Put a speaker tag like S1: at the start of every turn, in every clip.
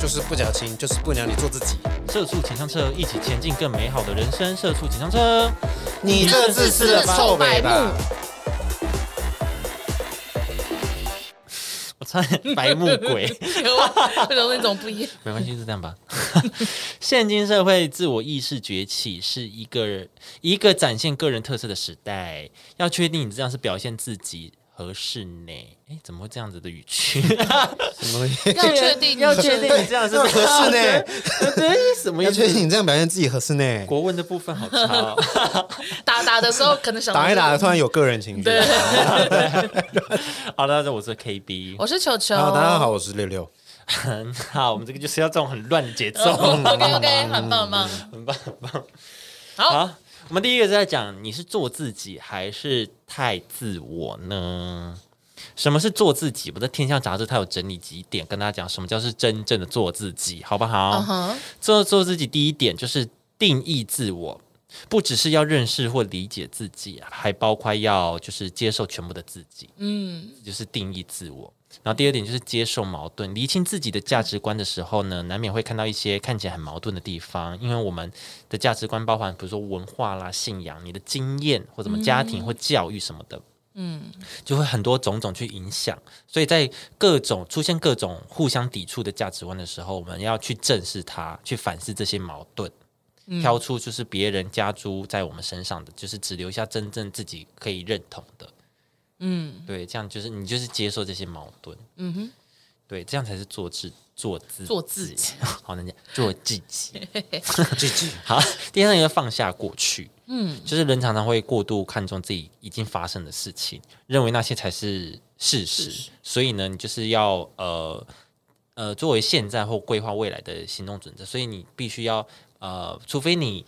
S1: 就是不矫情，就是不鸟你做自己。
S2: 社畜请上车，一起前进更美好的人生。社畜请上车，
S1: 你这自私的臭美吧！
S2: 我差点白目 鬼，
S3: 为啊什么那种不一样？
S2: 没关系，就这样吧。 现今社会，自我意识崛起是一个人一个展现个人特色的时代。要确定你这样是表现自己合适呢？哎，怎么会这样子的语气？
S1: 什么东西？
S3: 要确定，
S2: 要确定你这样是
S1: 合适呢？
S2: 对，什么意
S1: 要确
S2: 思？
S1: 定你这样表现自己合适 呢？
S2: 国文的部分好差、哦。
S3: 打打的时候可能想
S1: 打一打的，突然有个人情绪。
S3: 对，
S2: 好的，我是 KB。
S3: 我是球 球，
S1: 好，大家啊好，我是六六。
S2: 很 好，我们这个就是要这种很乱的节奏，
S1: 嗯
S3: OK OK，很哦棒很棒。
S2: 很棒很棒。
S3: 好，
S2: 好，我们第一个是在讲你是做自己还是太自我呢？什么是做自己？我在《天下》杂志它有整理几点跟大家讲，什么叫是真正的做自己，好不好？
S3: 嗯哼，
S2: 做做自己，第一点就是定义自我，不只是要认识或理解自己，啊还包括要就是接受全部的自己，
S3: 嗯，
S2: 就是定义自我。然后第二点就是接受矛盾，厘清自己的价值观的时候呢，难免会看到一些看起来很矛盾的地方，因为我们的价值观包含比如说文化啦、信仰、你的经验或什么家庭或教育什么的，嗯，就会很多种种去影响。所以在各种出现各种互相抵触的价值观的时候，我们要去正视它，去反思这些矛盾。挑出就是别人加诸在我们身上的，就是只留下真正自己可以认同的，对，这样就是你就是接受这些矛盾，嗯哼，对，这样才是做自做自
S3: 做自己，
S2: 好难讲，做自 己，自己。好，第三个放下过去，嗯，就是人常常会过度看重自己已经发生的事情，认为那些才是事实，所以呢，你就是要呃呃，作为现在或规划未来的行动准则，所以你必须要呃，除非你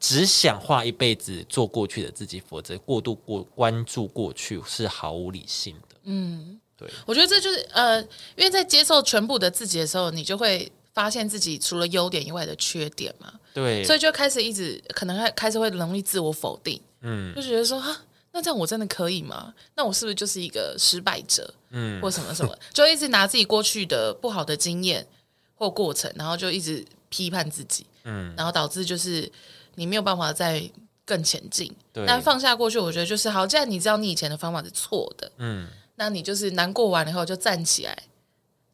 S2: 只想花一辈子做过去的自己，否则过度过关注过去是毫无理性的。
S3: 嗯我觉得这就是呃，因为在接受全部的自己的时候，你就会发现自己除了优点以外的缺点嘛，
S2: 对，
S3: 所以就开始一直可能开开始会容易自我否定，嗯，就觉得说啊，那这样我真的可以吗？那我是不是就是一个失败者？嗯，或什么什 么，就一直拿自己过去的不好的经验或过程，然后就一直批判自己，嗯，然后导致就是你没有办法再更前进。
S2: 对
S3: 但放下过去，我觉得就是好，既然你知道你以前的方法是错的，
S2: 嗯，
S3: 那你就是难过完了以后就站起来。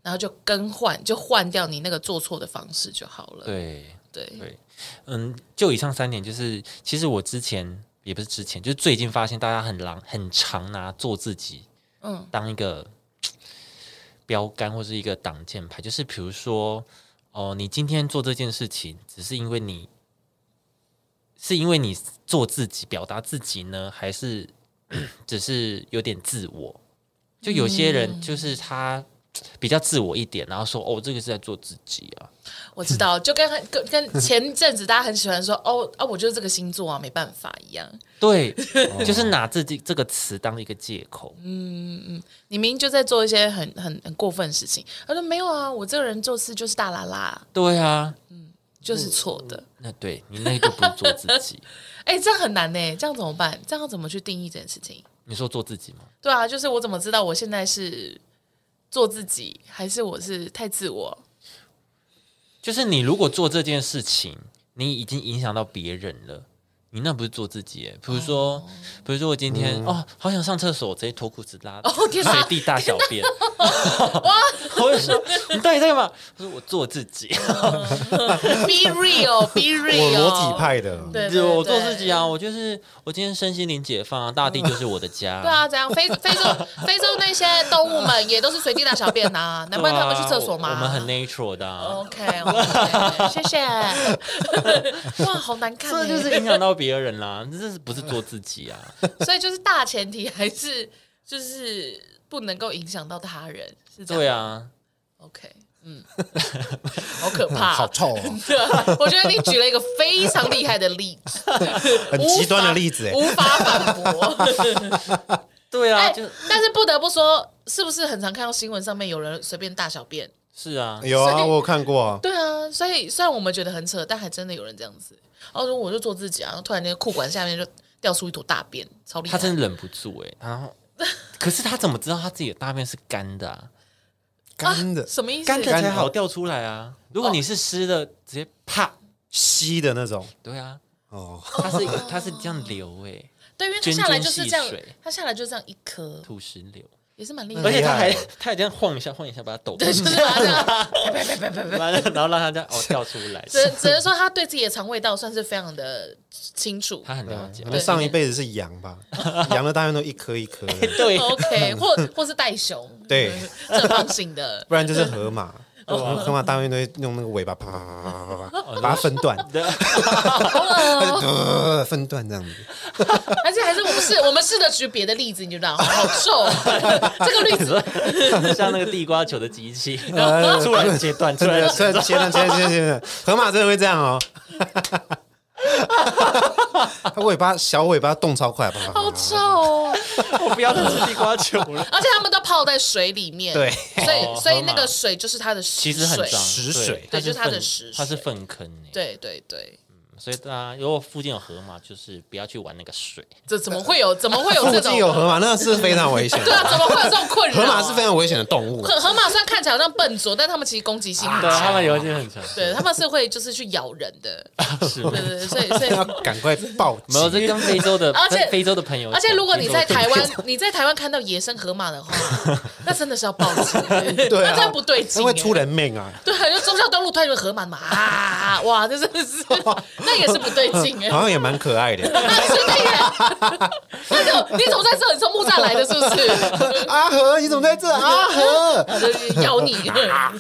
S3: 然后就更换，就换掉你那个做错的方式就好了。
S2: 对。
S3: 对
S2: 对嗯，就以上三点，就是其实我之前也不是之前，就是最近发现大家很狼很常拿做自己，
S3: 嗯，
S2: 当一个标杆或是一个挡箭牌，就是比如说，哦、你今天做这件事情，只是因为你是因为你做自己表达自己呢，还是只是有点自我？就有些人就是他比较自我一点，然后说哦，这个是在做自己啊，
S3: 我知道，就跟跟跟前阵子大家很喜欢说哦啊，我就是这个星座啊，没办法一样。
S2: 对，
S3: 哦
S2: 就是拿自己这个词当一个借口。
S3: 你明明就在做一些很很很过分的事情，他说没有啊，我这个人做事就是大啦啦，
S2: 对啊，
S3: 就是错的。
S2: 那对你那就不是做自 己。
S3: 哎、这样很难呢、这样怎么办？这样要怎么去定义这件事情？
S2: 你说做自己吗？
S3: 对啊，就是我怎么知道我现在是做自己，还是我是太自我？
S2: 就是你如果做这件事情，你已经影响到别人了。你那不是做自己耶，比如
S3: 哦
S2: 说，比如说我今天、哦，好想上厕所，我直接脱裤子拉，
S3: 嗯哦天哪
S2: 随地大小便， 我就说你到底在干嘛？我说我做自己，
S3: Be real，Be
S1: 我
S3: real，
S1: 裸体，派的，
S3: 对对对，
S2: 我做自己啊，我就是我今天身心灵解放啊，大地就是我的家，
S3: 对啊，怎样？非非洲非洲那些动物们也都是随地大小便呐、
S2: 对啊，
S3: 难怪他们去厕所嘛。哦
S2: 我我们很 natural 的、啊，
S3: OK，, o 谢 谢。哇，好难看
S2: 这
S3: 欸，
S2: 就是影响到别人啦， 这是不是做自己 啊？
S3: 所以就是大前提还是就是不能够影响到他人，是这样。
S2: 对啊，
S3: OK，嗯， 好可怕，
S1: 好臭哦，
S3: 对啊 我觉得你举了一个非常厉害的例子，
S1: 很极端的例子哎
S3: 无。法反驳。
S2: 对啊，
S3: 哎
S2: 就，
S3: 但是不得不说，是不是很常看到新闻上面有人随便大小便？
S2: 是啊，
S1: 有啊，
S3: 所以
S1: 我有看过啊。
S3: 对啊，所以虽然我们觉得很扯，但还真的有人这样子。然后我就做自己啊，然后突然间裤管下面就掉出一坨大便，超厉害。
S2: 他欸 真的忍不住哎、然后可是他怎么知道他自己的大便是干的啊？
S1: 干的、
S3: 什么意思？
S2: 干的
S1: 干
S2: 才
S1: 的
S2: 好掉出来啊。如果你是湿的，直接啪，
S1: 稀的那种。
S2: 对啊，
S1: 哦，
S2: 它 是它是这样流哎、
S3: 对，因为它下来就是这样
S2: 涓涓细水，
S3: 它下来就这样一颗，
S2: 土石流，
S3: 也是蛮厉害的。
S2: 而且它还
S1: 厉害
S2: 它还这样晃一下晃一下把它抖开
S3: 对，， 就是把它这样，呸呸呸呸呸
S2: 然后然后让它这样哦掉出来，
S3: 只只能说他 对自己的肠胃道算是非常的清楚。
S2: 它很了解
S1: 你。们上一辈子是羊 吧？羊的大便都一颗一颗的，
S2: 对，
S3: OK，或或是带熊，
S1: 对，
S3: 正方形的。
S1: 不然就是河马。哦河马大便都会用那个尾巴啪啪啪啪啪啪啪，把它分段，呃 分段这样子。
S3: 而且还是我们试，我们试着举别的例子，你就知道，好臭哦，这个例子
S2: 像那个地瓜球的机器，
S1: 呃
S2: 突然阶段，突
S1: 真
S2: 然
S1: 的，真的，切断，切断，切断，切断。河马真的会这样哦。它尾巴小尾巴动超快，啪啪啪
S3: 好臭哦，
S2: 我不要再吃地瓜球了。
S3: 而且他们都泡在水里面，
S1: 对
S3: 所以
S2: 哦
S3: 所以
S2: 河马
S3: 那个水就是它 的
S2: 其
S3: 其
S2: 实很脏，
S1: 食水
S3: 对就是它的
S2: 粪
S3: 食
S2: 它是
S3: 水
S2: 粪坑哎。
S3: 对对对，
S2: 所以大家如果附近有河马，就是不要去玩那个水。
S3: 这怎么会有怎么会有
S1: 呃附
S3: 这
S1: 近
S3: 种？
S1: 有河马，那是非常危险
S3: 对啊，
S1: 的。
S3: 怎么会有这种困扰
S1: 河
S3: 啊？
S1: 马是非常危险的动物。
S3: 河河马虽然看起来好像笨拙，但他们其实攻击性很
S2: 对啊，他
S3: 强。
S2: 们游戏很强，
S3: 对，他们是会就是去咬人的，
S2: 是吗
S3: 对对对，所以所 以
S1: 要赶快报
S2: 没有，
S1: 警！
S2: 这跟非洲的，
S3: 而且
S2: 跟非洲的朋友讲，
S3: 而且如果你在
S2: 非洲的
S3: 台湾，你在台湾看到野生河马的话，那真的是要报警，
S1: 对
S3: 那
S1: 啊，
S3: 这样不对劲，欸
S1: 那会出。人命啊！
S3: 对，就忠孝东路突然有河马嘛啊，哇，这真的是，那也是不对劲
S1: 好
S3: 哎。
S1: 像也蛮可爱 的
S3: 是的耶，那就你怎么在这里从木栅来的？是不是？
S1: 阿和，你怎么在这？阿和，
S3: 啊就是咬你，啊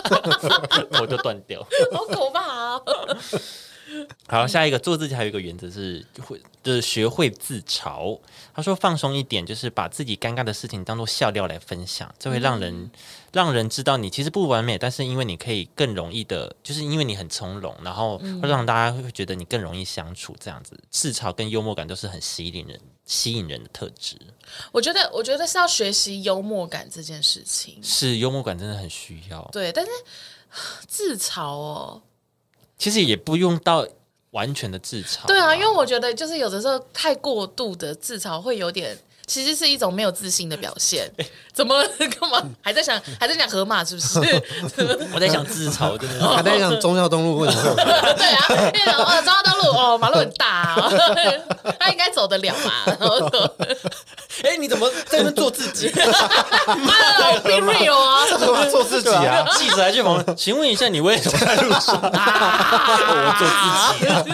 S2: 头就断掉。
S3: 好可怕啊！嗯
S2: 好，下一个做自己还有一个原则是会就是学会自嘲。他说放松一点，就是把自己尴尬的事情当做笑料来分享，这会让人、
S3: 嗯
S2: 让人知道你其实不完美，但是因为你可以更容易的，就是因为你很从容，然后
S3: 嗯
S2: 会让大家会觉得你更容易相处。这样子，自嘲跟幽默感都是很吸引人、吸引人的特质。
S3: 我觉得，我觉得是要学习幽默感这件事情。
S2: 是幽默感真的很需要，
S3: 对，但是自嘲哦，
S2: 其实也不用到完全的自嘲啦。
S3: 对啊，因为我觉得就是有的时候太过度的自嘲会有点，其实是一种没有自信的表现。怎么干嘛？还在想还在讲河马是不是？
S2: 我在想自嘲，真的 是。
S1: 还在讲忠孝东路为什么会有河
S3: 对啊，因为想哦，中央东路哦，马路很大、哦，他应该走得了吧？然后说
S2: 哎、你怎么在那边做自己？
S3: 啊，be real 啊，
S1: 马做自己
S2: 对啊
S1: 啊？，
S2: 记者还去访 问，请问一下，你为什么在路上？我做自己，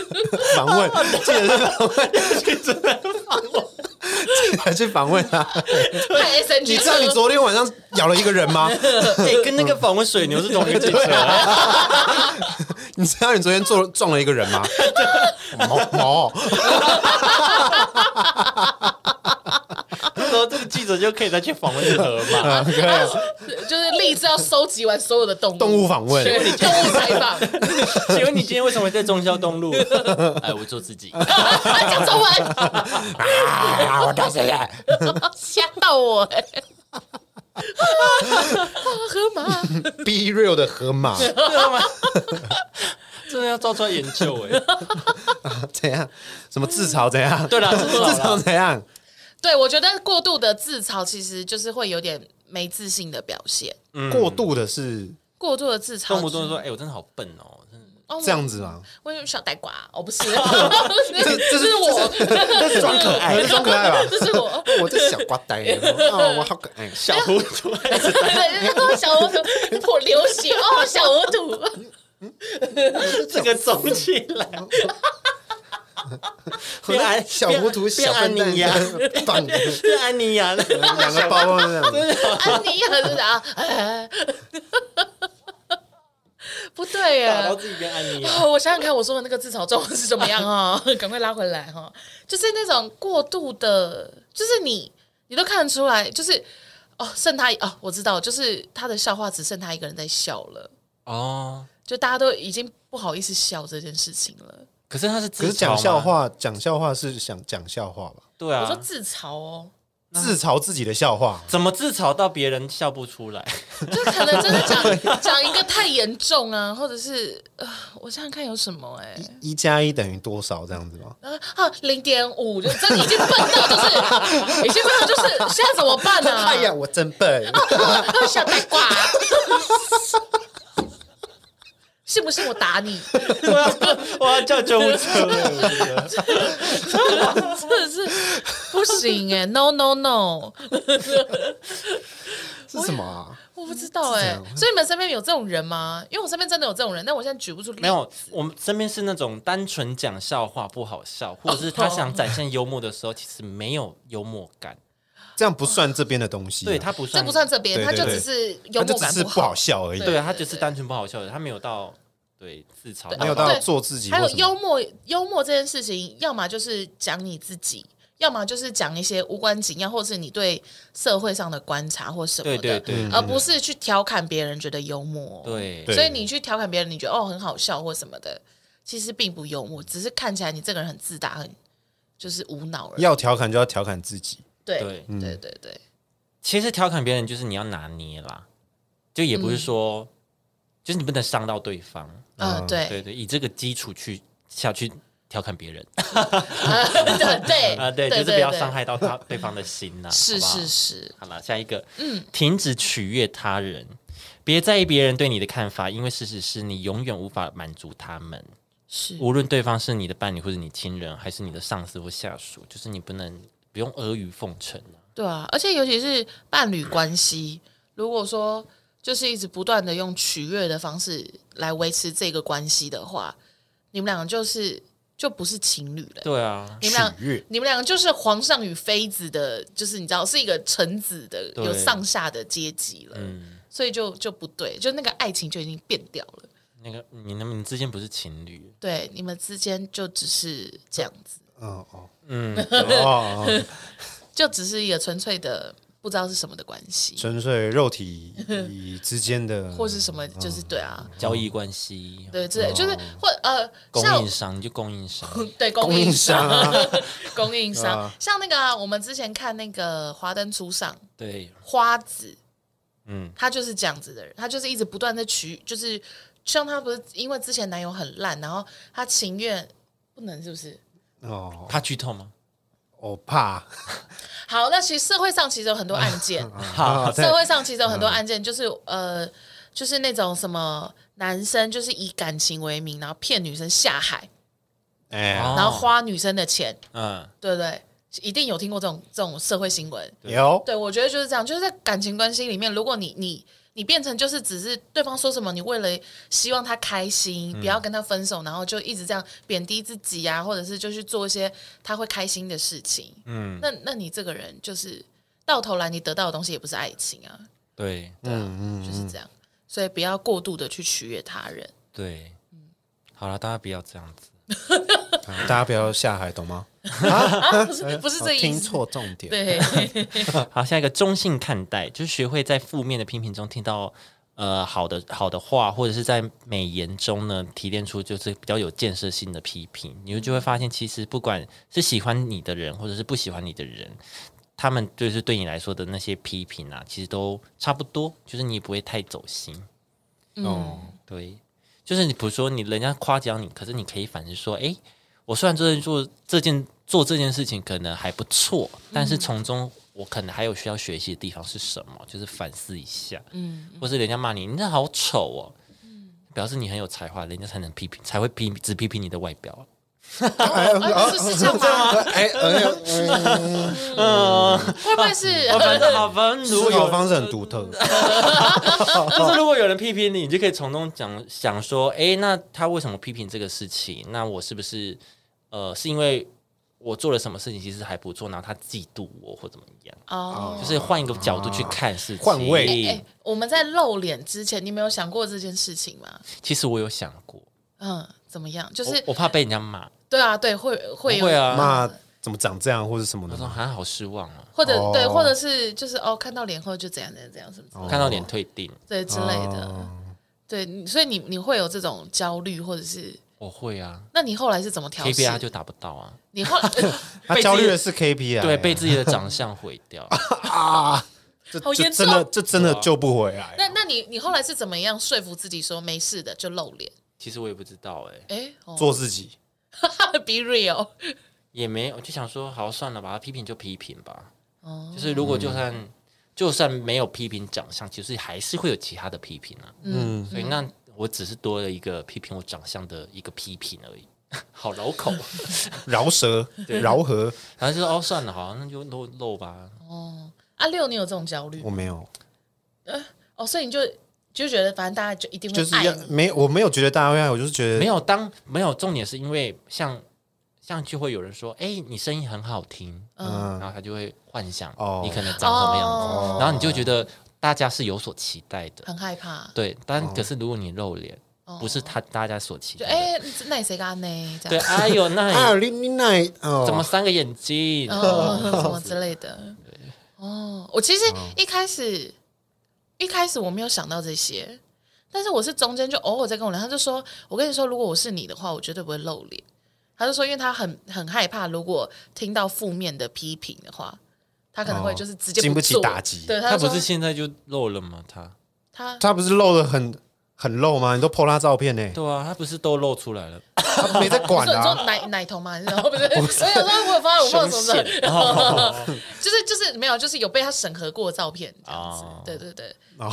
S1: 访 问，记者去
S3: 啊
S1: 访问，记者去访问啊！
S3: 太 S N
S1: 你
S3: G
S1: 知道你昨天晚上咬了一个人 吗？
S2: 哎、跟那个访问水牛是同一个记者、啊，
S1: 你知道你昨天做撞了一个人 吗？毛毛，
S2: 那时候这个记者就可以再去访问河马。
S1: 啊对啊
S3: 就是立志要收集完所有的动物
S1: 动物访问
S3: 对动物采访，
S2: 请问你今天为什么在忠孝东 路？哎，我做自己，
S3: 啊讲中文。
S1: 啊！我打谁呀？
S3: 吓到我、欸！河马，
S1: B real 的河马
S2: 知道吗？ 真的要照出来研究哎、
S1: 怎样？什么自嘲怎样？
S2: 对啦自嘲啦
S1: 自嘲怎样？
S3: 对我觉得过度的自嘲其实就是会有点没自信的表现。
S2: 嗯
S1: 过度的是
S3: 过度的自嘲，
S2: 动不动就说，哎、我真的好笨 哦，真的。
S3: 哦
S1: 这样子吗？
S3: 我有小呆瓜，哦，不是，
S1: 这这
S3: 这
S1: 是
S3: 是我，
S2: 嗯
S1: 这是装可爱，这是装可爱吧？
S3: 这是我。 哦
S1: 我这小瓜 呆哦，我好可爱。
S2: 小糊涂，
S3: 对，哦小额土破流血哦，小额土，
S2: 这个肿起来， 变安
S1: 小糊涂，
S2: 变
S1: 小
S2: 安
S1: 笨蛋
S2: 妮啊 呀，，
S1: 棒，
S2: 是安妮啊 呀，
S1: 两个包包这样子。
S3: 安妮还是啥？哎 不对耶，
S2: 打到啊自己变安妮呀。
S3: 哦，我想想看，我说的那个自嘲中文是怎么样哦？ 赶快拉回来哈、哦，就是那种过度的，就是你你都看得出来，就是哦，剩他哦，我知道，就是他的笑话只剩他一个人在笑了，
S2: 哦，
S3: 就大家都已经不好意思笑这件事情了。
S2: 可是他是自
S1: 可
S2: 嘲
S1: 是讲
S2: 吗
S1: 笑，话，讲笑话是想讲笑话吧？
S2: 对啊，
S3: 我说自嘲哦，
S1: 自嘲自己的笑话，
S2: 怎么自嘲到别人笑不出 来？
S3: 就可能真的讲 讲一个太严重啊，或者是呃，我想想看有什么哎、
S1: 一加一等于多少这样子吗？
S3: 啊啊，零点五，就真的已经笨到就是，已经笨到就是，现在怎么办呢、啊？
S1: 哎 呀，我真笨，
S3: 啊，小呆瓜，信不信我打你？
S2: 我要我要叫救护车了！我觉得
S3: 真的是不行哎、n o no no，
S1: 是什么啊？
S3: 我不知道哎、所以你们身边有这种人吗？因为我身边真的有这种人，但我现在举不出例 子
S2: 没。有，我们身边是那种单纯讲笑话不好笑，或者是他想展现幽默的时候，其实没有幽默 感，
S1: 这样不算这边的东西啊，
S2: 对他不算，
S3: 这不算这边，
S1: 对
S3: 他
S1: 对
S3: 就
S1: 对
S3: 只是
S1: 它
S3: 幽
S1: 就
S3: 默
S1: 只
S3: 感
S1: 是不好笑而已，
S2: 对啊，他就是单纯不好笑的，他没有到对自嘲，
S1: 没有
S3: 哦
S1: 到
S3: 对
S1: 做自己
S3: 还
S1: 或
S3: 有
S1: 什么。
S3: 幽默，幽默这件事情，要么就是讲你自己，要么就是讲一些无关紧要，或是你对社会上的观察或什么
S2: 对
S3: 的，
S2: 对对
S3: 而不是去调侃别人觉得幽默。，
S2: 对
S1: 对
S3: 所以你去调侃别人，你觉得哦很好笑或什么的，其实并不幽默，只是看起来你这个人很自大，很就是无脑而已。
S1: 要调侃就要调侃自己，
S3: 对
S2: 对嗯
S3: 对对对，
S2: 其实调侃别人就是你要拿捏啦，就也不是说，就是你不能伤到对方，
S3: 嗯 对
S2: 对对，以这个基础去下去调侃别人
S3: 对 对
S2: 啊，对，就是不要伤。害到他对方的心呐，
S3: 是
S2: 好不好
S3: 是是，
S2: 好了，下一个，嗯，停止取悦他人，别在意别人对你的看法，因为事实是你永远无法满足他们，
S3: 是
S2: 无论对方是你的伴侣或者你亲人，还是你的上司或下属，就是你不能不用阿谀奉承啊
S3: 对啊，而且尤其是伴侣关系，如果说就是一直不断的用取悦的方式来维持这个关系的话，你们两个就是就不是情侣了。
S2: 对啊，
S3: 你们俩
S1: 取悦，
S3: 你们两个就是皇上与妃子的，就是你知道是一个臣子的，
S2: 对
S3: 有上下的阶级了，所以就就不对，就那个爱情就已经变掉了。
S2: 那个你那你之间不是情侣，
S3: 对，你们之间就只是这样子，
S1: 嗯哦
S2: 嗯，
S1: 哦，哦
S3: 就只是一个纯粹的不知道是什么的关系，
S1: 纯粹肉体之间的，
S3: 或是什么，就是对啊，
S2: 交易关系，
S3: 对，之类就是或呃，
S2: 供
S3: 像
S2: 应商你就供应商，
S3: 对供
S1: 供应
S3: 应
S1: 商啊，
S3: 供应商
S1: 啊，
S3: 像那个啊我们之前看那个《华灯初上》，
S2: 对，
S3: 花子，
S2: 嗯，
S3: 他就是这样子的人，他就是一直不断在取，就是像他不是因为之前男友很烂，然后他情愿不能是不是？
S1: 哦，
S2: 怕剧透 吗？
S1: 我怕，
S3: 好，那其实社会上其实有很多案件，
S2: 啊
S1: 好，对
S3: 社会上其实有很多案件，就是呃，就是那种什么男生就是以感情为名，然后骗女生下海，
S1: 哎，
S2: 哦
S3: 然后花女生的钱，
S2: 嗯，
S3: 对不对？一定有听过这种这种社会新闻。
S1: 有
S3: 对，我觉得就是这样，就是在感情关系里面，如果你你你变成就是只是对方说什么，你为了希望他开心，不要跟他分手，然后就一直这样贬低自己啊，或者是就去做一些他会开心的事情，嗯，那那你这个人就是到头来你得到的东西也不是爱情啊，
S2: 对
S3: 对啊，就是这样，所以不要过度的去取悦他人，
S2: 对，好了，大家不要这样子。
S1: 大家不要下海，懂吗？
S3: 啊不是不是这
S1: 哦
S3: 个意
S1: 听
S3: 思，
S1: 错重点，
S3: 对，啊
S2: 好，下一个中性看待，就是学会在负面的批评中听到呃好的好的话，或者是在美言中呢提炼出就是比较有建设性的批评，你就就会发现，其实不管是喜欢你的人，或者是不喜欢你的人。他们就是对你来说的那些批评啊，其实都差不多，就是你也不会太走心。嗯
S1: 哦，
S2: 哦对，就是你比如说你人家夸奖你，可是你可以反思说，诶，我虽然这件做这件做这件事情可能还不错，但是从中我可能还有需要学习的地方是什么？就是反思一下，嗯，或是人家骂你，你这好丑哦。表示你很有才华，人家才能批评，才会批只批评你的外表。啊
S1: 哎
S3: 啊
S1: 哦
S3: 是是这样 吗？
S1: 哎，哎
S3: 会不会是
S2: 我反正好， 反正如
S1: 思
S2: 果
S1: 考
S2: 有哦
S1: 方式很独特，
S2: 就是如果有人批评你，你就可以从中讲想说，诶，那他为什么批评这个事情？那我是不是呃，是因为我做了什么事情其实还不错，然后他嫉妒我或怎么样？
S3: 哦。
S2: 就是换一个角度去看事情。
S1: 换位
S3: 哎、我们在露脸之前，你没有想过这件事情吗？
S2: 其实我有想过，
S3: 嗯，怎么样？就
S2: 我
S3: 是
S2: 我怕被人家骂，
S3: 对啊，对，会
S2: 不
S3: 会有嗯
S2: 会，啊。
S1: 那怎么长这样或者什么
S2: 我说
S1: 的？
S2: 还好失望哦，
S3: 或者、
S1: 哦
S3: 对，或者是就是哦，看到脸后就怎样怎样怎样什么什么、
S2: 看到脸退订。
S3: 对之类的，
S1: 哦
S3: 对，你所以你你会有这种焦虑，或者是
S2: 我会啊
S3: 那你后来是怎么调试？
S2: ，KPI 就达不到啊，
S3: 你后来
S2: 被
S4: 他
S2: 自己
S4: 焦虑的是 KPI，
S2: 对，啊被自己的长相毁掉。
S4: 啊，这
S3: 好
S4: 这
S3: 严
S4: 真的
S3: 重
S4: 这真的救不回来。
S3: 那那你你后来是怎么样说服自己说没事的就露脸？
S2: 其实我也不知道哎、
S3: 哎、哦
S4: 做自己，
S3: be real，
S2: 也没有，就想说好算了吧，批评就批评吧。
S3: 哦
S2: 就是如果就算、就算没有批评长相，其实还是会有其他的批评啊。嗯，所以那我只是多了一个批评我长相的一个批评而已。 好绕口，
S4: 饶舌，饶河，
S2: 然后就说哦算了，好那就露露吧。
S3: 阿啊六，你有这种焦虑
S1: 我没有，
S3: 哦，所以你就就觉得反正大家就一定
S4: 就是
S3: 会爱
S4: 要
S3: 你，
S4: 没我没有觉得大家会爱，我就是觉得
S2: 没有当没有重点是因为像像就会有人说，哎、你声音很好听，然后他就会幻想
S4: 哦
S2: 你可能长什么样子，
S3: 嗯哦
S2: 然后你就觉得大家是有所期待的。
S3: 很害怕，
S2: 对，但可是如果你露脸，不是他大家所期
S3: 哦就
S2: 待的。
S3: 哎、你那你谁干呢？这
S2: 对，
S3: 样。
S2: 哎呦，那
S4: 啊，
S2: 你
S4: 你你那哦，
S2: 怎么三个眼睛？
S3: 哦，什么之类的。哦，我其实一开始一开始我没有想到这些，但是我是中间就偶尔在跟我聊，他就说：“我跟你说，如果我是你的话，我绝对不会露脸。”他就说，因为他很很害怕，如果听到负面的批评的话，他可能会就是直接
S4: 经不起
S3: 做
S4: 打击
S3: 对，
S2: 他
S3: 就
S2: 不
S3: 说
S2: 是现在就露了吗？他，
S3: 他
S4: 他不是露的很很露吗？你都 PO 他照片呢，
S2: 对啊，他不是都露出 来了？
S4: 他没在
S3: 你
S4: 管
S3: 说你
S4: 啊
S3: 说。奶奶头嘛，你知道吗不是？我想说我有发，我放什么的，就是就是没有，就是有被他审核过的照片这样子
S2: 哦。
S3: 对对对，
S4: 哦，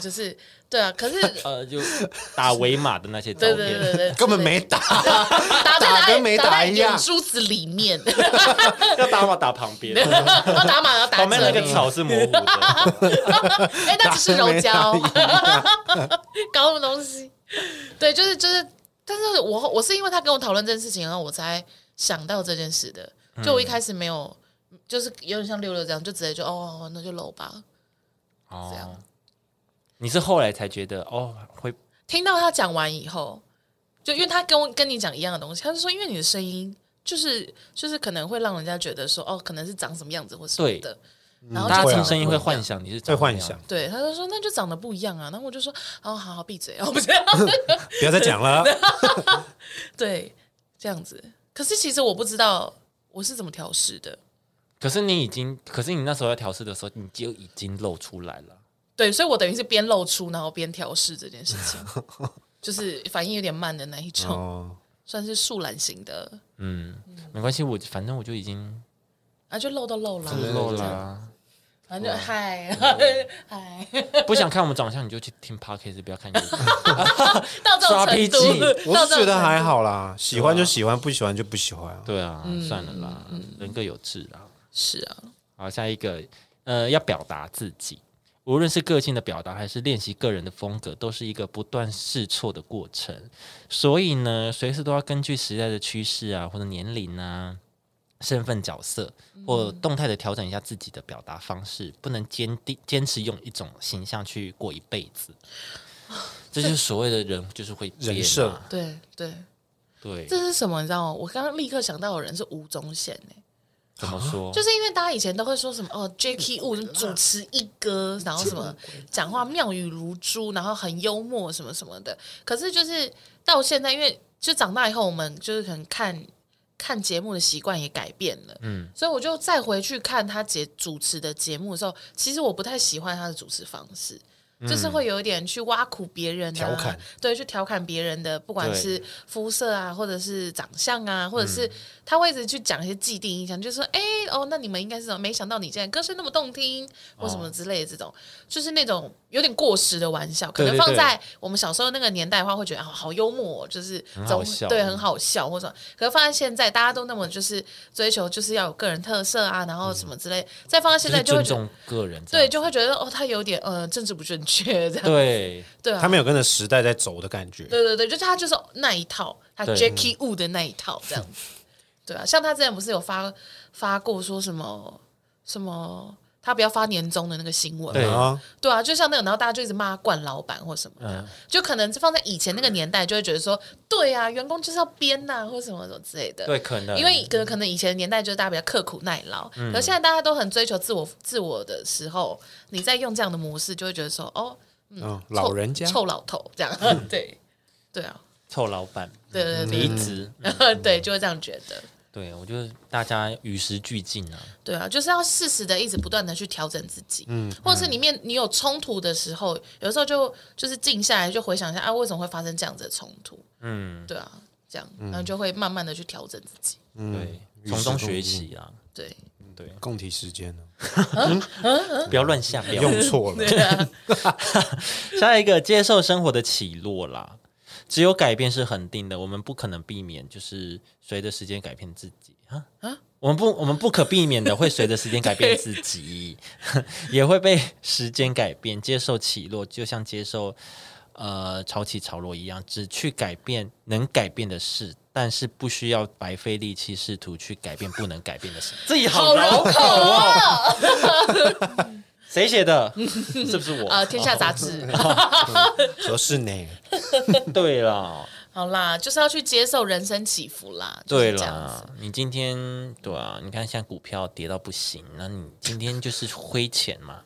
S3: 就是对啊，可是
S2: 呃，就打伪码的那些照
S3: 对对对
S2: 片，
S3: 对，
S4: 根本没打，
S3: 打在
S4: 打跟没
S3: 打
S4: 打
S3: 在
S4: 一样
S3: 眼珠子里面，
S2: 要打码打旁边，
S3: 然后打满要打
S2: 旁边那
S3: 这
S2: 个
S3: 里，
S2: 草是模糊 的。
S3: 哎， 那只是柔 焦
S4: 打跟没，
S3: 搞什么东西？对，就是就是，但是我我是因为他跟我讨论这件事情，然后我才想到这件事的。
S2: 嗯
S3: 就我一开始没有，就是有点像六六这样，就直接就哦，那就搂吧。
S2: 哦，你是后来才觉得哦，会
S3: 听到他讲完以后，就因为他跟我跟你讲一样的东西，他就说，因为你的声音就是就是可能会让人家觉得说，哦，可能是长什么样子或什么的，然后
S2: 嗯大
S3: 就
S2: 家
S4: 会啊
S2: 听声音会
S4: 会
S2: 幻想你是
S4: 在
S2: 长
S4: 幻
S2: 什么
S4: 想
S2: 样，
S3: 对，他就说那就长得不一样啊。然后我就说，哦，好好闭嘴 哦，不是，
S4: 不要再讲 了。
S3: 对，这样子。可是其实我不知道我是怎么调试的，
S2: 可是你已经，可是你那时候要调试的时候，你就已经露出来了。
S3: 对，所以我等于是边露出，然后边调试这件事情，就是反应有点慢的那一
S1: 嗯
S3: 种，
S4: 哦，
S3: 算是树懒型的
S2: 嗯，没关系，我反正我就已经
S3: 啊，就露都露啦，
S2: 露了
S3: 了，
S2: 啊。
S3: 反
S4: 哦
S3: 正就嗨 嗨，
S4: 嗯
S2: 不想看我们长相，你就去听 podcast，不要看 YouTube。
S3: 到这种
S2: 刷
S3: 程
S2: PG
S3: 度，
S4: 我
S3: 到
S4: 是
S3: 这种
S4: 觉得还
S3: 程度。
S4: 好啦，喜欢就喜欢，不喜欢就不喜欢啊。
S2: 对啊，算了啦，人各有志啊。
S3: 是啊，
S2: 好，下一个，呃，要表达自己，无论是个性的表达，还是练习个人的风格，都是一个不断试错的过程。所以呢，随时都要根据时代的趋势啊，或者年龄啊。身份角色或
S3: 嗯
S2: 动态的调整一下自己的表达方式，不能坚定坚持用一种形象去过一辈子，
S3: 啊
S2: 这就是所谓的人就是会变啊
S4: 人设
S3: 对对，
S2: 对，
S3: 这是什么？你知道吗？我刚刚立刻想到的人是吴宗宪哎、
S2: 怎么说？
S3: 就是因为大家以前都会说什么哦，Jacky Wu 主持一哥，然后什么讲话妙语如珠，然后很幽默什么什么的。可是就是到现在，因为就长大以后，我们就是可能看看节目的习惯也改变了，嗯，所以我就再回去看他节主持的节目的时候，其实我不太喜欢他的主持方式。就是会有一点去挖苦别人、啊，
S4: 调侃，
S3: 对，去调侃别人的，不管
S2: 对嗯
S3: 是肤色啊，或者是长相啊，或者是他会一直去讲一些既定印象，就是说，哎、哦，那你们应该是什么？没想到你竟然歌声那么动听，或什
S2: 哦
S3: 么之类的这种，就是那种有点过时的玩笑，可能
S2: 对对
S3: 放
S2: 对
S3: 在我们小时候那个年代的话，会觉得啊，好幽默哦、就是
S2: 好
S3: 总
S2: 笑
S3: 对，很好笑或者，可是放在现在，大家都那么就是追求就是要有个人特色啊，然后什么之类，再放在现
S2: 嗯就
S3: 在
S2: 是
S3: 就
S2: 尊
S3: 会觉得。
S2: 重个人这
S3: 对，
S2: 样，
S3: 就会觉得哦，他有点呃政治不正确这样，
S2: 对
S3: 对啊，
S4: 他没有跟着时代在走的感觉。
S3: 对对对，就是他就是那一套，他
S2: 对
S3: Jackie Wu 的那一套 这样子。对啊，像他之前不是有发发过说什么什么他不要发年终的那个新闻
S2: 对
S3: 嘛？
S4: 啊，
S3: 对啊，就像那种，然后大家就一直骂他惯老板或什么的，
S2: 嗯
S3: 就可能放在以前那个年代，就会觉得说，对啊，员工就是要编呐、或什么什么之类的。
S2: 对，啊可能
S3: 因为可可能以前的年代就是大家比较刻苦耐劳，
S2: 嗯
S3: 可是现在大家都很追求自我自我的时候，你在用这样的模式，就会觉得说，哦，
S4: 嗯，老人家
S3: 臭臭老头这样，对对啊，
S2: 臭老板
S4: 嗯
S3: 对对对
S2: 离职，
S3: 对，就会这样觉得。
S2: 对我觉得大家与时俱进啊，
S3: 对啊，就是要适时的一直不断的去调整自己，嗯，或者是里面你有冲突的时候，有时候就就是静下来，就回想一下啊，为什么会发生这样子的冲突？嗯，对啊，这样，然后就会慢慢的去调整自己。
S2: 对，从中学习啊，
S3: 对，
S2: 对，
S4: 共体时间呢，
S2: 不要乱下标。
S4: 用错了，
S3: 对啊，
S2: 下一个，接受生活的起落啦，只有改变是恒定的，我们不可能避免，就是随着时间改变自己啊啊。我们不，我们不可避免的会随着时间改变自己， 也会被时间改变，接受起落，就像接受呃潮起潮落一样，只去改变能改变的事，但是不需要白费力气试图去改变不能改变的事。这也
S3: 好
S2: 绕
S3: 绕
S2: 口哦。谁写的？ 是不是我？
S3: 啊，天下杂志，
S4: 合适呢。
S2: 对啦，
S3: 好啦，就是要去接受人生起伏啦，就是
S2: 对
S3: 这样子
S2: 啦，你今天对啊，你看像股票跌到不行，那你今天就是亏钱嘛。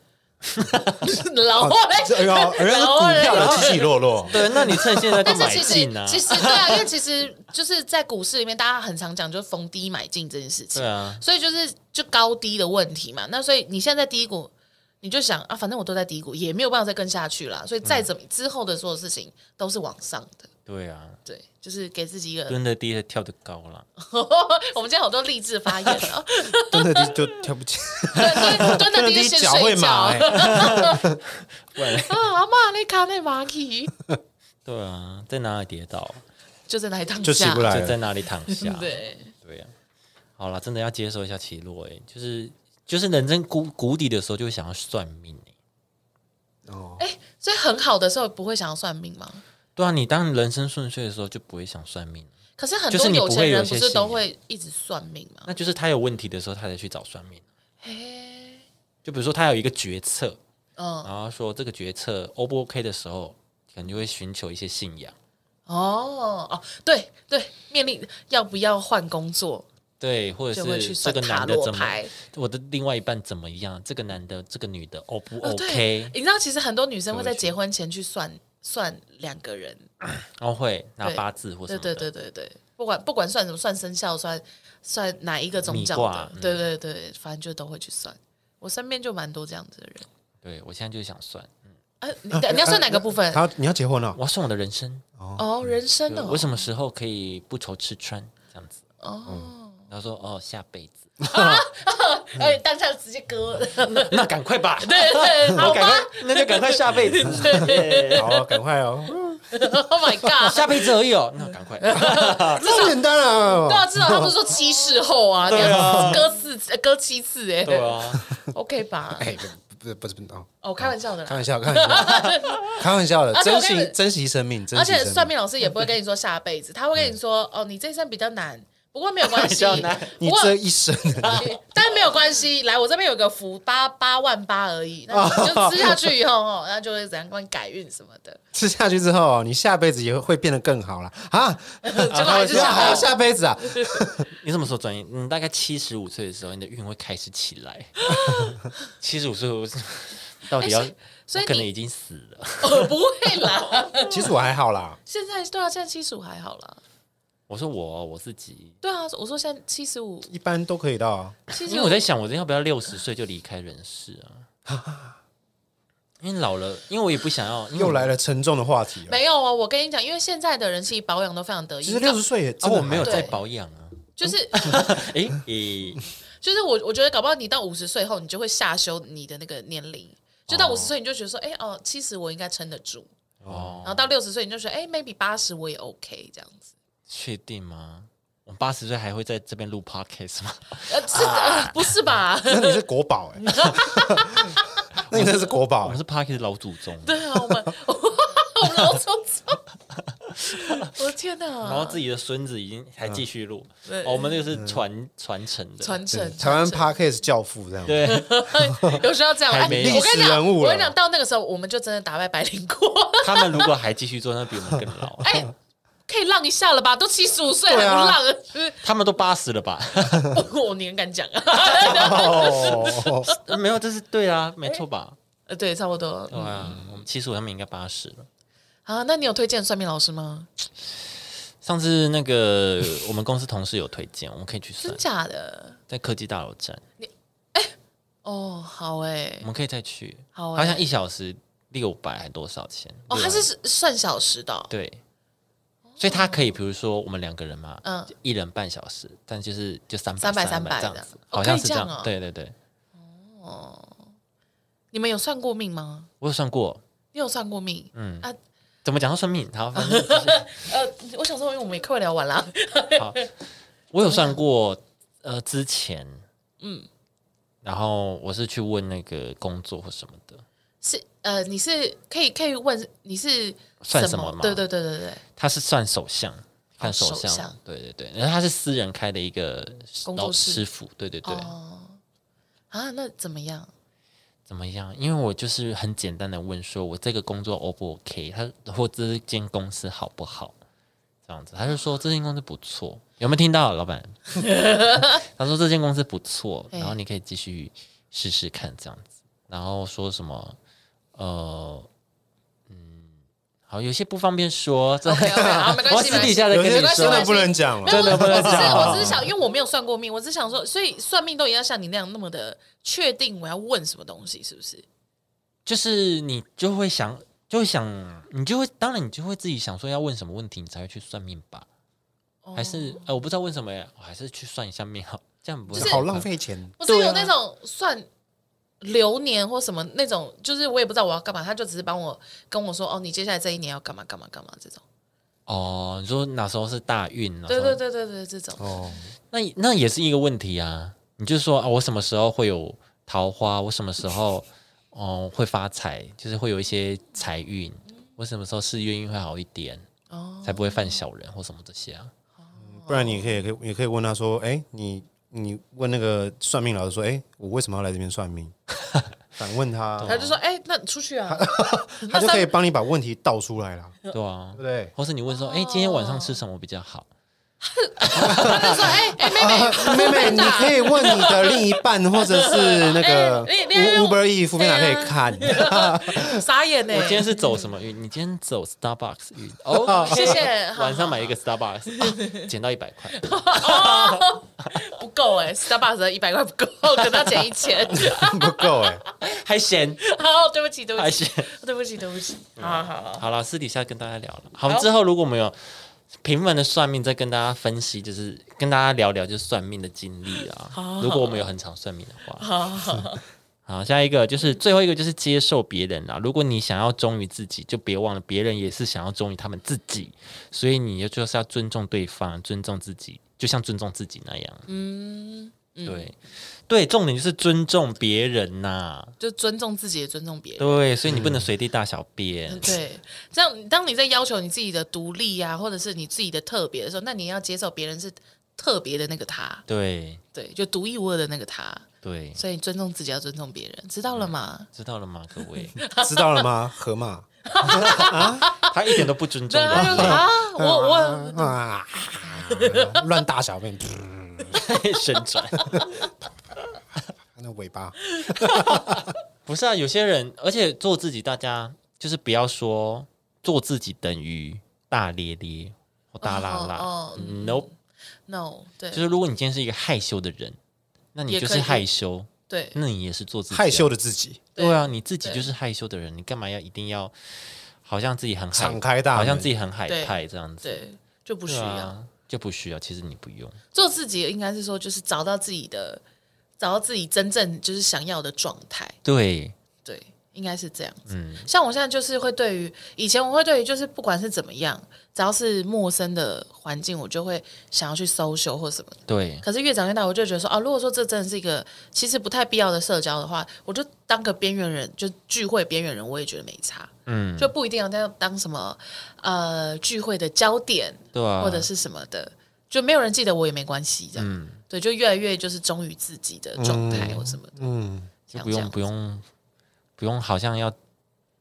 S3: 老话 嘞，
S4: 哎呦，人家是股票的起起落 落，
S2: 对，那你趁现在就
S3: 但是
S2: 买
S3: 其
S2: 进
S3: 实
S2: 啊。
S3: 其实对啊，因为其实就是在股市里面，大家很常讲就是逢低买进这件事情
S2: 对，啊，
S3: 所以就是就高低的问题嘛。那所以你现在在低谷，你就想啊，反正我都在低谷，也没有办法再跟下去啦。所以再怎么、之后的所有事情都是往上的，
S2: 对啊，
S3: 对，就是给自己一个。
S2: 蹲得低的跳得高 啦。
S3: 我们今天好多励志发言 哦，
S4: 蹲的就就跳不 起，
S3: 对对，蹲
S4: 蹲
S3: 在
S4: 的
S3: 地
S4: 低
S3: 先
S4: 脚会
S3: 睡觉。
S4: 麻、
S3: 啊，
S4: 欸，
S2: 不然
S3: 阿妈那卡那马奇
S2: 对啊，在哪里跌倒
S3: 就在那里躺下，嗯
S4: 就起不来
S2: 就在
S4: 了。
S2: 哪里躺下。
S3: 对，
S2: 对啊，好了，真的要接受一下起落哎、就是就是人生谷谷底的时候，就会想要算命哎、
S4: 哦，
S3: 哎所以很好的时候不会想要算命吗？
S2: 对啊，你当人生顺遂的时候，就不会想算命。
S3: 可是很
S2: 就是
S3: 多
S2: 你不
S3: 有
S2: 会
S3: 钱
S2: 有
S3: 人
S2: 一些
S3: 不是
S2: 信
S3: 都
S2: 仰
S3: 会一直算命吗？
S2: 那就是他有问题的时候，他才去找算命。
S3: 嘿，
S2: 就比如说他有一个决策，
S3: 嗯，
S2: 然后说这个决策 O 不 OK 的时候，可能就会寻求一些信仰。
S3: 哦哦，对对，面临要不要换工作，
S2: 对，或者
S3: 就会去
S2: 是这
S3: 算
S2: 个
S3: 塔
S2: 男的
S3: 罗
S2: 怎么，
S3: 牌。
S2: 我的另外一半怎么样？这个男的，这个女的，O 不
S3: 哦，对
S2: OK？，
S3: 你知道其实很多女生会在
S2: 就会去
S3: 结婚前去算算两个人，
S2: 然后会拿
S3: 对
S2: 八字或什
S3: 对
S2: 么
S3: 对
S2: 的。
S3: 对对对，不管不管算什么，算生肖，算算哪一个宗
S2: 米
S3: 教
S2: 卦
S3: 的，对对对，反正就都会去算。我身边就蛮多这样子的人。
S2: 对我现在就是想算，
S3: 啊，你你要算哪个部分？
S4: 他你要结婚了、
S2: 我要算我的人生，
S3: 哦，人生哦，
S2: 我什么时候可以不愁吃穿这样子。
S3: 哦，
S2: 然后说哦，下辈子，
S3: 哎，
S2: 嗯
S3: 当下直接割，
S2: 那赶快吧，
S3: 对对，好
S2: 赶快
S3: 吧。，
S2: 那就赶快下辈子，
S4: 好，赶快哦，
S3: Oh my god！
S2: 下辈子而已哦，那赶快。
S4: 这么简单啊！
S3: 对啊，至少他不是说七世后啊，你
S2: 对啊
S3: 要割四次，呃割七次哎、
S2: 对啊，
S3: o k 吧？
S4: 哎，不不不是不是哦，
S3: 哦，开玩笑的
S4: 开
S3: 啦。
S4: 玩笑，开玩笑， 开玩笑的，
S3: 而且
S4: 珍
S3: 我跟你
S4: 惜珍惜生命，珍
S3: 而
S4: 惜生
S3: 且
S4: 命。
S3: 算命老师也不会跟你说下辈子，他会跟你说哦，你这一生比较难，不过没有关
S2: 比
S3: 系
S2: 较难，
S3: 不
S4: 你
S3: 过
S4: 这一生，
S3: 但没有关系。来，我这边有个福八八万八而已，那你就吃下去以后哦，那就会怎样帮你改运什么的。
S4: 吃下去之后，哦你下辈子也会变得更好了啊！
S3: 结果还是
S4: 要还
S3: 下
S4: 要下辈子啊？
S2: 你什么时候专业？你大概七十五岁的时候，你的运会开始起 来。七十五岁，我到底要？
S3: 哎所以所以
S2: 我可能
S3: 你
S2: 已经死了。
S3: 哦，不会啦，
S4: 其实我还好啦，
S3: 现在对啊，现在七十五还好啦。
S2: 我说我我自己，
S3: 对啊，我说现在七十五，
S4: 一般都可以到啊。
S3: 七
S2: 因
S3: 十
S2: 为
S3: 五
S2: 我在想，我要不要六十岁就离开人世啊？因为老了，因为我也不想要。因为
S4: 又来了沉重的话题了，
S3: 嗯没有哦，我跟你讲，因为现在的人其实保养都非常得意。
S4: 其实六十岁也
S2: 啊，
S4: 真的
S2: 我没有
S4: 还
S2: 在保养啊。
S3: 就是
S2: 诶诶，
S3: 就是我我觉得搞不好你到五十岁后，你就会下修你的那个年龄。就到五十岁，你就觉得说，哎、哦，七十我应该撑得住。然
S2: 哦，
S3: 后到六十岁，你就觉得，哎、m a y b e 八十我也 OK 这样子。
S2: 确定吗？我八十岁还会在这边录 podcast 吗？
S3: 呃，是、呃、不是吧？
S4: 那你是国宝哎，那你真的是国
S2: 我
S4: 宝
S2: 们
S4: 欸，
S2: 是 podcast 老祖宗，
S3: 对啊，我们 我们老祖宗， 我的天哪！
S2: 然后自己的孙子已经还继续录，
S3: 啊对
S2: 哦我们那个
S4: 嗯
S2: 是传传承的，
S3: 传承
S4: 台湾
S3: 传
S4: Parkes 教父这样。
S2: 对，
S3: 承有时候这样。哎，
S2: 还
S3: 我
S2: 没
S3: 跟你
S4: 历史
S3: 讲，
S4: 人物了
S3: 我跟你讲，到那个时候，我们就真的打败白灵国。
S2: 他们如果还继续做，那比我们更 老。
S3: 哎、可以让一下了吧？都七十五岁还
S4: 对啊
S3: 不让，就是
S2: 他们都八十了吧？
S3: 我年敢讲啊？
S4: 哦，
S2: 没有，这是对啊，没错吧？
S3: 呃对，差不
S2: 嗯
S3: 多。
S2: 对啊，我们七十五，他们应该八十了。
S3: 啊，那你有推荐算命老师吗？
S2: 上次那个我们公司同事有推荐，我们可以去算
S3: 真，假的？
S2: 在科技大楼站，
S3: 哦，好哎
S2: 我，们可以再去，
S3: 好欸
S2: 好像一小时六百还多少钱？
S3: 哦，它是算小时的哦，
S2: 啊对，所以他可以，比如说我们两个人嘛，
S3: 嗯
S2: 一人半小时，但就是就三百
S3: 300
S2: 300
S3: 300
S2: 这样
S3: 这样
S2: 子，好
S3: 哦可以
S2: 像是
S3: 这样
S2: 样
S3: 哦，
S2: 对对对，
S3: 你们有算过命吗？
S2: 我有算过，
S3: 你有算过命？
S2: 嗯
S3: 啊，
S2: 怎么讲到算命，好，反正就是
S3: 呃，我想说，因为我们也快聊完了，啊
S2: 我有算过，呃，之前，嗯，然后我是去问那个工作或什么的，
S3: 是呃，你是可以可以问你是
S2: 算
S3: 什
S2: 什么吗
S3: 对对对对对，
S2: 他是算手相，看手
S3: 手哦相
S2: 对对对，然后他是私人开的一个
S3: 工
S2: 老
S3: 作室
S2: 师傅，对对对，
S3: 哦啊，那怎么 样？
S2: 怎么样？因为我就是很简单的问说，我这个工作 O 不 OK？他或这间公司好不好？这样子，他就说这间公司不错，有没有听到，老 板？他说这间公司不错，
S3: 哎
S2: 然后你可以继续试试看这样子。然后说什么？呃，嗯，好，有些不方便说，这
S3: OK，好，没
S2: 我
S3: 关系，
S2: 私底下再
S3: 没
S1: 有
S2: 跟你
S3: 关系
S1: 些真
S2: 说
S3: 没关
S1: 的
S3: 系
S1: 不能讲
S3: 没
S1: 了。
S3: 有，我
S2: 不能
S3: 只是
S2: 讲
S3: 我只是想，因为我没有算过命，我只是想说，所以算命都一定要像你那样那么的确定我要问什么东西，是不是？
S2: 就是你就会想，就会想，你就会，当然你就会自己想说要问什么问题，你才会去算命吧？
S3: 哦
S2: 还是呃，我不知道问什么耶，我还是去算一下命好，这样不
S3: 就是
S1: 好浪费钱，
S3: 不是有那
S1: 啊
S3: 种算流年或什么那种，就是我也不知道我要干嘛，他就只是帮我跟我说，哦，你接下来这一年要干嘛干嘛干嘛这种。
S2: 哦。你说哪时候是大运？
S1: 啊
S2: 哪时
S3: 对
S2: 候
S3: 对，对对对，这种
S1: 哦，
S2: 那那也是一个问题啊。你就说啊，我什么时候会有桃花？我什么时候哦、会发财？就是会有一些财运。我什么时候事业运会好一点，
S3: 哦，
S2: 才不会犯小人或什么这些啊？
S1: 不然你可以可以也可以问他说，哎、你你问那个算命老师说，哎、我为什么要来这边算命？反问 他，
S3: 他就说，哎，那你出 去啊，
S1: 他就可以帮你把问题倒出来啦，
S3: 哦
S1: 对
S2: 对啊
S1: 不。对？
S2: 或是你问说，哎、今天晚上吃什么比较好？
S3: 他就说，哎 哎，妹妹，
S1: 妹妹，你可以问你的另一半，或者是那个
S3: 哎你你
S1: U- Uber E 副片
S3: 啊
S1: 长可以看，
S3: 傻眼欸呢
S2: 我，今天是走什么运？你今天走 Starbucks
S3: ，
S2: 运哦
S3: 谢谢 好
S2: 晚上买一个 Starbucks，、啊、捡到一百块。
S3: 不够哎，Starbucks 的一百块不 够，可能要减一千。
S1: 不够哎、
S2: 还嫌
S3: 好，对不起，对不
S2: 还
S3: 起
S2: 嫌，
S3: 对不起，对不起，好好好，
S2: 好了，私底下跟大家聊了。好，之后如果我们有平凡的算命，再跟大家分析，就是跟大家聊聊就是算命的经历啊。如果我们有很常算命的话，
S3: 好好好，
S2: 好，下一个就是最后一个就是接受别人啊啦。如果你想要忠于自己，就别忘了别人也是想要忠于他们自己，所以你就是要尊重对方，尊重自己，就像尊重自己那样。嗯，对对，重点就是尊重别人呐、
S3: 就尊重自己，也尊重别人。
S2: 对，所以你
S3: 嗯
S2: 不能随地大小便。
S3: 对，这样当你在要求你自己的独立啊，或者是你自己的特别的时候，那你要接受别人是特别的那个他，
S2: 对
S3: 对，就独一无二的那个他。
S2: 对，
S3: 所以尊重自己，要尊重别人，知道了吗？
S2: 知道了吗，各 位？
S1: 知道了吗？河马
S2: 他一点都不尊重
S3: 对啊，他就说
S2: 人，
S3: 啊，我我
S1: 啊，乱大小便，
S2: 旋转。
S1: 那尾巴
S2: 不是啊，有些人，而且做自己，大家就是不要说做自己等于大咧咧或大啦啦。
S3: 哦哦
S2: no，
S3: no，对
S2: 就是如果你今天是一个害羞的人，那你
S3: 也
S2: 就
S3: 可
S2: 是
S3: 以
S2: 害羞，
S3: 对，
S2: 那你也是做自己啊、
S1: 害羞的自己，
S2: 对啊，你自己
S3: 对
S2: 就是害羞的人，你干嘛要一定要好像自己很害
S1: 敞开大门
S2: 好像自己很海
S3: 对
S2: 派这样子？
S3: 对就不
S2: 不
S3: 需要
S2: 啊，就不需要。其实你不用，
S3: 做自己，应该是说就是找到自己的，找到自己真正就是想要的状态。
S2: 对，
S3: 对，应该是这样子。
S2: 嗯
S3: 像我现在就是会对于以前我会对于就是不管是怎么样，只要是陌生的环境，我就会想要去搜 o 或什么的。
S2: 对，
S3: 可是越长越大，我就觉得说啊，如果说这真的是一个其实不太必要的社交的话，我就当个边缘人，就聚会边缘人，我也觉得没差，
S2: 嗯，
S3: 就不一定要当当什么呃聚会的焦点
S2: 对啊，
S3: 或者是什么的，就没有人记得我也没关系这样。
S2: 嗯
S3: 对，就越来越就是忠于自己的状态或什么的，
S1: 嗯，
S2: 就
S3: 像
S2: 不
S3: 这样
S2: 用不用不用，好像要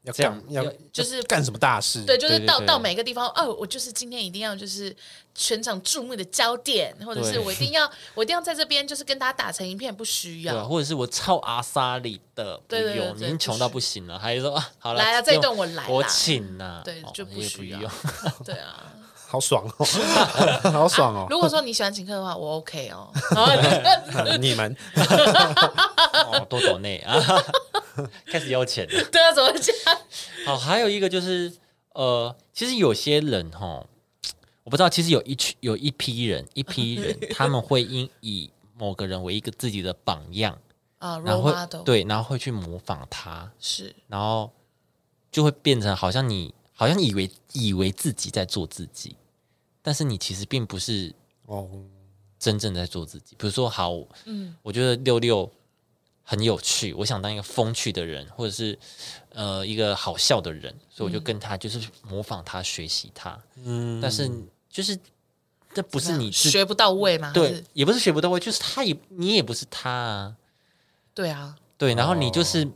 S1: 要
S2: 这样
S1: 干要
S2: 要
S3: 就是
S1: 干什么大事？
S3: 对，就是
S2: 对对
S3: 到
S2: 对
S3: 到每个地方，哦，我就是今天一定要就是全场注目的焦点，或者是
S2: 对
S3: 我一定要我一定要在这边就是跟大家打成一片，不需
S2: 对啊，
S3: 要。
S2: 或者是我超阿莎里的，不
S3: 对对对
S2: 用，
S3: 对
S2: 你
S3: 对
S2: 已经
S3: 不
S2: 穷到
S3: 需
S2: 不行了，还说啊好了，
S3: 来啊
S2: 不用
S3: 这一顿我来啦
S2: 我请呐，
S3: 对
S2: 哦
S3: 就不
S2: 也
S3: 需
S2: 不
S3: 要
S2: 用，
S3: 对啊，
S1: 好爽 哦，好爽哦！
S3: 如果说你喜欢请客的话，我 OK 哦。 然 后
S1: 你们
S2: 哦，多抖内 啊，开始要钱了。
S3: 对啊，怎么讲？
S2: 好，还有一个就是呃，其实有些人哈，我不知道，其实有一群有一批人，一批 人他们会因以某个人为一个自己的榜样，
S3: 啊
S2: 然
S3: ，role
S2: 后会
S3: model
S2: 对，然后会去模仿他，
S3: 是
S2: 然后就会变成好像你好像以为以为自己在做自己，但是你其实并不是
S1: 哦，
S2: 真正在做自己。比如说，好，
S3: 嗯
S2: 我觉得六六很有趣，我想当一个风趣的人，或者是呃一个好笑的人，所以
S3: 嗯
S2: 我就跟他就是模仿他，学习他。嗯，但是就是这不是你自
S3: 学不到位嘛？还
S2: 对
S3: 是，
S2: 也不是学不到位，就是他也你也不是他啊。
S3: 对啊，
S2: 对，然后你就
S1: 哦
S2: 是、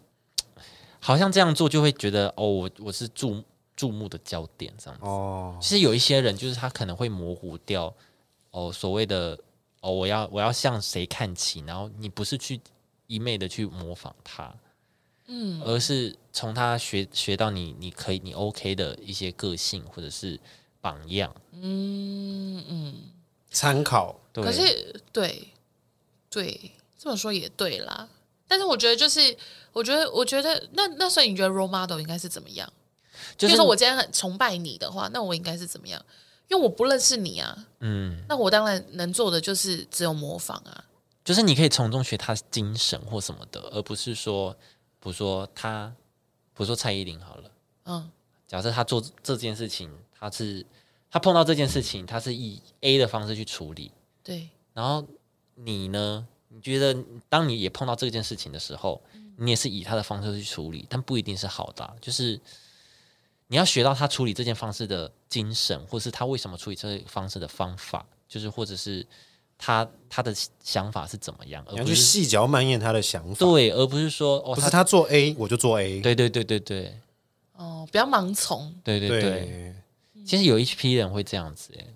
S2: 好像这样做就会觉得哦，我我是注注目的焦点这样子。
S1: 哦，
S2: 其实有一些人就是他可能会模糊掉哦所谓的哦我要我要向谁看齐，然后你不是去一昧的去模仿他，
S3: 嗯，
S2: 而是从他学学到你你可以你 OK 的一些个性或者是榜样。
S3: 嗯嗯，
S1: 参考
S2: 对，
S3: 可是对对，这么说也对啦。但是我觉得就是，我觉得我觉得那那所以你觉得 role model 应该是怎么样？
S2: 就
S3: 比
S2: 是
S3: 如说我今天很崇拜你的话，那我应该是怎么样？因为我不认识你啊，
S2: 嗯，
S3: 那我当然能做的就是只有模仿啊。
S2: 就是你可以从中学他的精神或什么的，而不是说，比如说他，比如说蔡依林好了。
S3: 嗯，
S2: 假设他做这件事情，他是他碰到这件事情，他是以 A 的方式去处理，
S3: 对，
S2: 然后你呢？你觉得当你也碰到这件事情的时候，你也是以他的方式去处理，但不一定是好的啊、就是你要学到他处理这件方式的精神，或是他为什么处理这个方式的方法，就是或者是他他的想法是怎么样，
S1: 你
S2: 而
S1: 要
S2: 不
S1: 去
S2: 是
S1: 细嚼慢咽他的想法，
S2: 对，而不是说哦，
S1: 不
S2: 他
S1: 是他做 A 我就做 A，
S2: 对对对对对
S3: 哦，不要盲从。
S2: 对对对。
S1: 对，
S2: 其实有一批人会这样子、欸，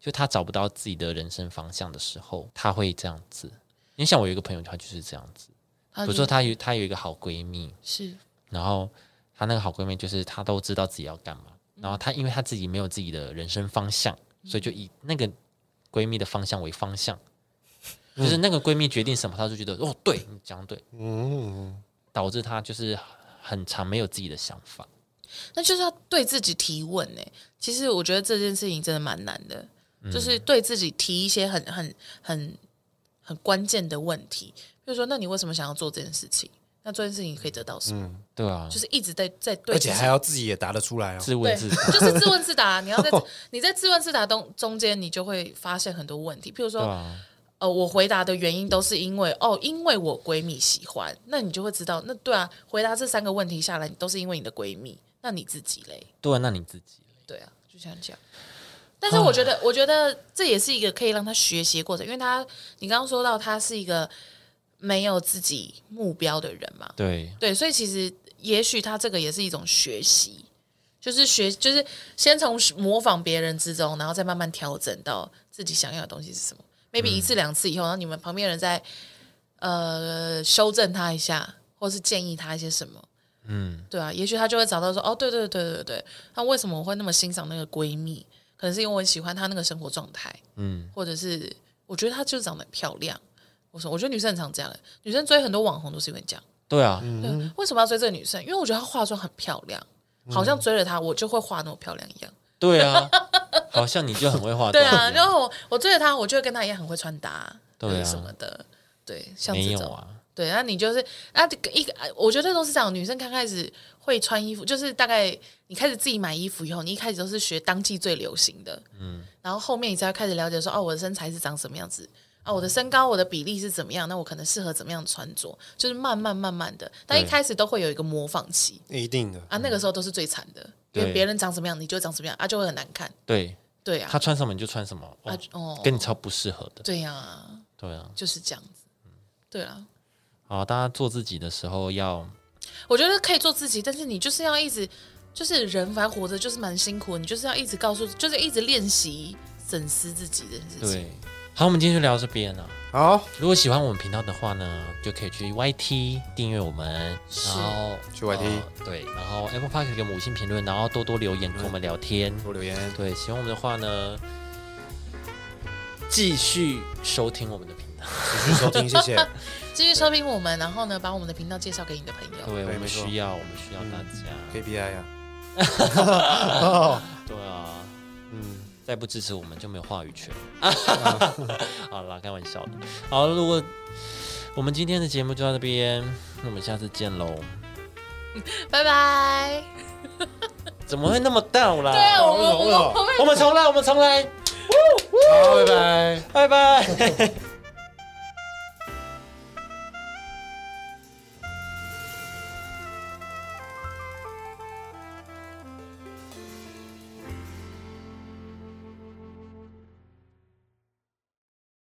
S2: 就他找不到自己的人生方向的时候，他会这样子。你像我有一个朋友，她就是这样子。
S3: 比
S2: 比如说，她有她有一个好闺蜜，
S3: 是
S2: 然后她那个好闺蜜就是她都知道自己要干嘛，然后她因为她自己没有自己的人生方向，所以就以那个闺蜜的方向为方向，就是那个闺蜜决定什么，她就觉得哦，对你讲对，
S1: 嗯，
S2: 导致她就是很长没有自己的想法。
S3: 那就是要对自己提问呢、其实我觉得这件事情真的蛮难的，
S1: 嗯
S3: 就是对自己提一些很很很很关键的问题，比如说，那你为什么想要做这件事情？那做这件事情可以得到什么？
S2: 对啊，
S3: 就是一直在在
S1: 嗯
S3: 对
S1: 而
S3: 自己，
S1: 且还要自己也答得出来哦，
S2: 自
S3: 对，
S2: 问自 答，
S3: 就是自问自答。你 要在你在自问自答中中间，你就会发现很多问题，譬如
S2: 对
S3: 说，
S2: 啊，
S3: 呃，我回答的原因都是因为哦，因为我闺蜜喜欢，那你就会知道，那对啊，回答这三个问题下来，你都是因为你的闺蜜，那你自己嘞？
S2: 对啊，那你自己
S3: 对啊，就像这样。但是我觉得，我觉得这也是一个可以让他学习的过程，因为他你刚刚说到他是一个没有自己目标的人嘛，
S2: 对
S3: 对，所以其实也许他这个也是一种学习，就是学，就是先从模仿别人之中，然后再慢慢调整到自己想要的东西是什么。maybe 一次两次以后，然后你们旁边人再呃修正他一下，或是建议他一些什么。嗯，对啊，也许他就会找到说，哦，对对对对对对，那为什么我会那么欣赏那个闺蜜？可能是因为我很喜欢她那个生活状态，嗯，或者是我觉得她就长得很漂亮。我说，我觉得女生很常这样，欸女生追很多网红都是因为这样。
S2: 对啊，
S3: 对，为什么要追这个女生？因为我觉得她化妆很漂亮，
S2: 嗯
S3: 好像追了她，我就会化那么漂亮一 样。
S2: 对啊，好像你就很会化妆。
S3: 对啊，然后我我追了她，我就会跟她一样很会穿搭，
S2: 对啊
S3: 或者什么的。对，像
S2: 没
S3: 这
S2: 有
S3: 种，
S2: 啊，
S3: 对，那你就是啊，一个，我觉得都是这样。女生刚开始会穿衣服，就是大概你开始自己买衣服以后，你一开始都是学当季最流行的，嗯，然后后面你才会开始了解说，哦，我的身材是长什么样子，啊，我的身高，我的比例是怎么样，那我可能适合怎么样的穿着，就是慢慢慢慢的，但一
S2: 对
S3: 开始都会有一个模仿期，
S1: 一定的，
S3: 啊，那个时候都是最惨的，因
S2: 对
S3: 为别人长什么样，你就长什么样啊，就会很难看。
S2: 对
S3: 对啊
S2: 他，穿什么你就穿什么，
S3: 啊
S2: 哦，
S3: 哦，
S2: 跟你超不适合的。
S3: 对啊，
S2: 对啊，
S3: 就是这样子。对啊，
S2: 好，大家做自己的时候要
S3: 我觉得可以做自己，但是你就是要一直，就是人反正活着就是蛮辛苦，你就是要一直告诉，就是一直练习审视自己这件事情。
S2: 对，好，我们今天就聊到这边了。
S1: 好，
S2: 如果喜欢我们频道的话呢，就可以去 YT 订阅我们，然后
S1: 去 YT
S2: 呃对，然后 Apple Park 给我们五星评论，然后多多留言跟我们聊天。
S1: 多留言，
S2: 对，喜欢我们的话呢，继续收听我们的频道。
S1: 持续收听，谢 谢。
S3: 继续收听我们，然后呢，把我们的频道介绍给你的朋友。
S2: 对，我
S1: 没
S2: 们
S1: 错
S2: 需要，我们需要大家。
S1: KPI 啊，哦
S2: 对啊，
S1: 嗯，
S2: 再不支持我们就没有话语 权。好啦，开玩笑的。好，如果我们今天的节目就到这边，那我们下次见喽。
S3: 拜拜。
S2: 怎么会那么到啦？
S3: 对啊，我们
S1: 为什么
S3: 我们我们
S2: 我们重来，我们重来，
S1: 好，拜拜。
S2: 拜拜。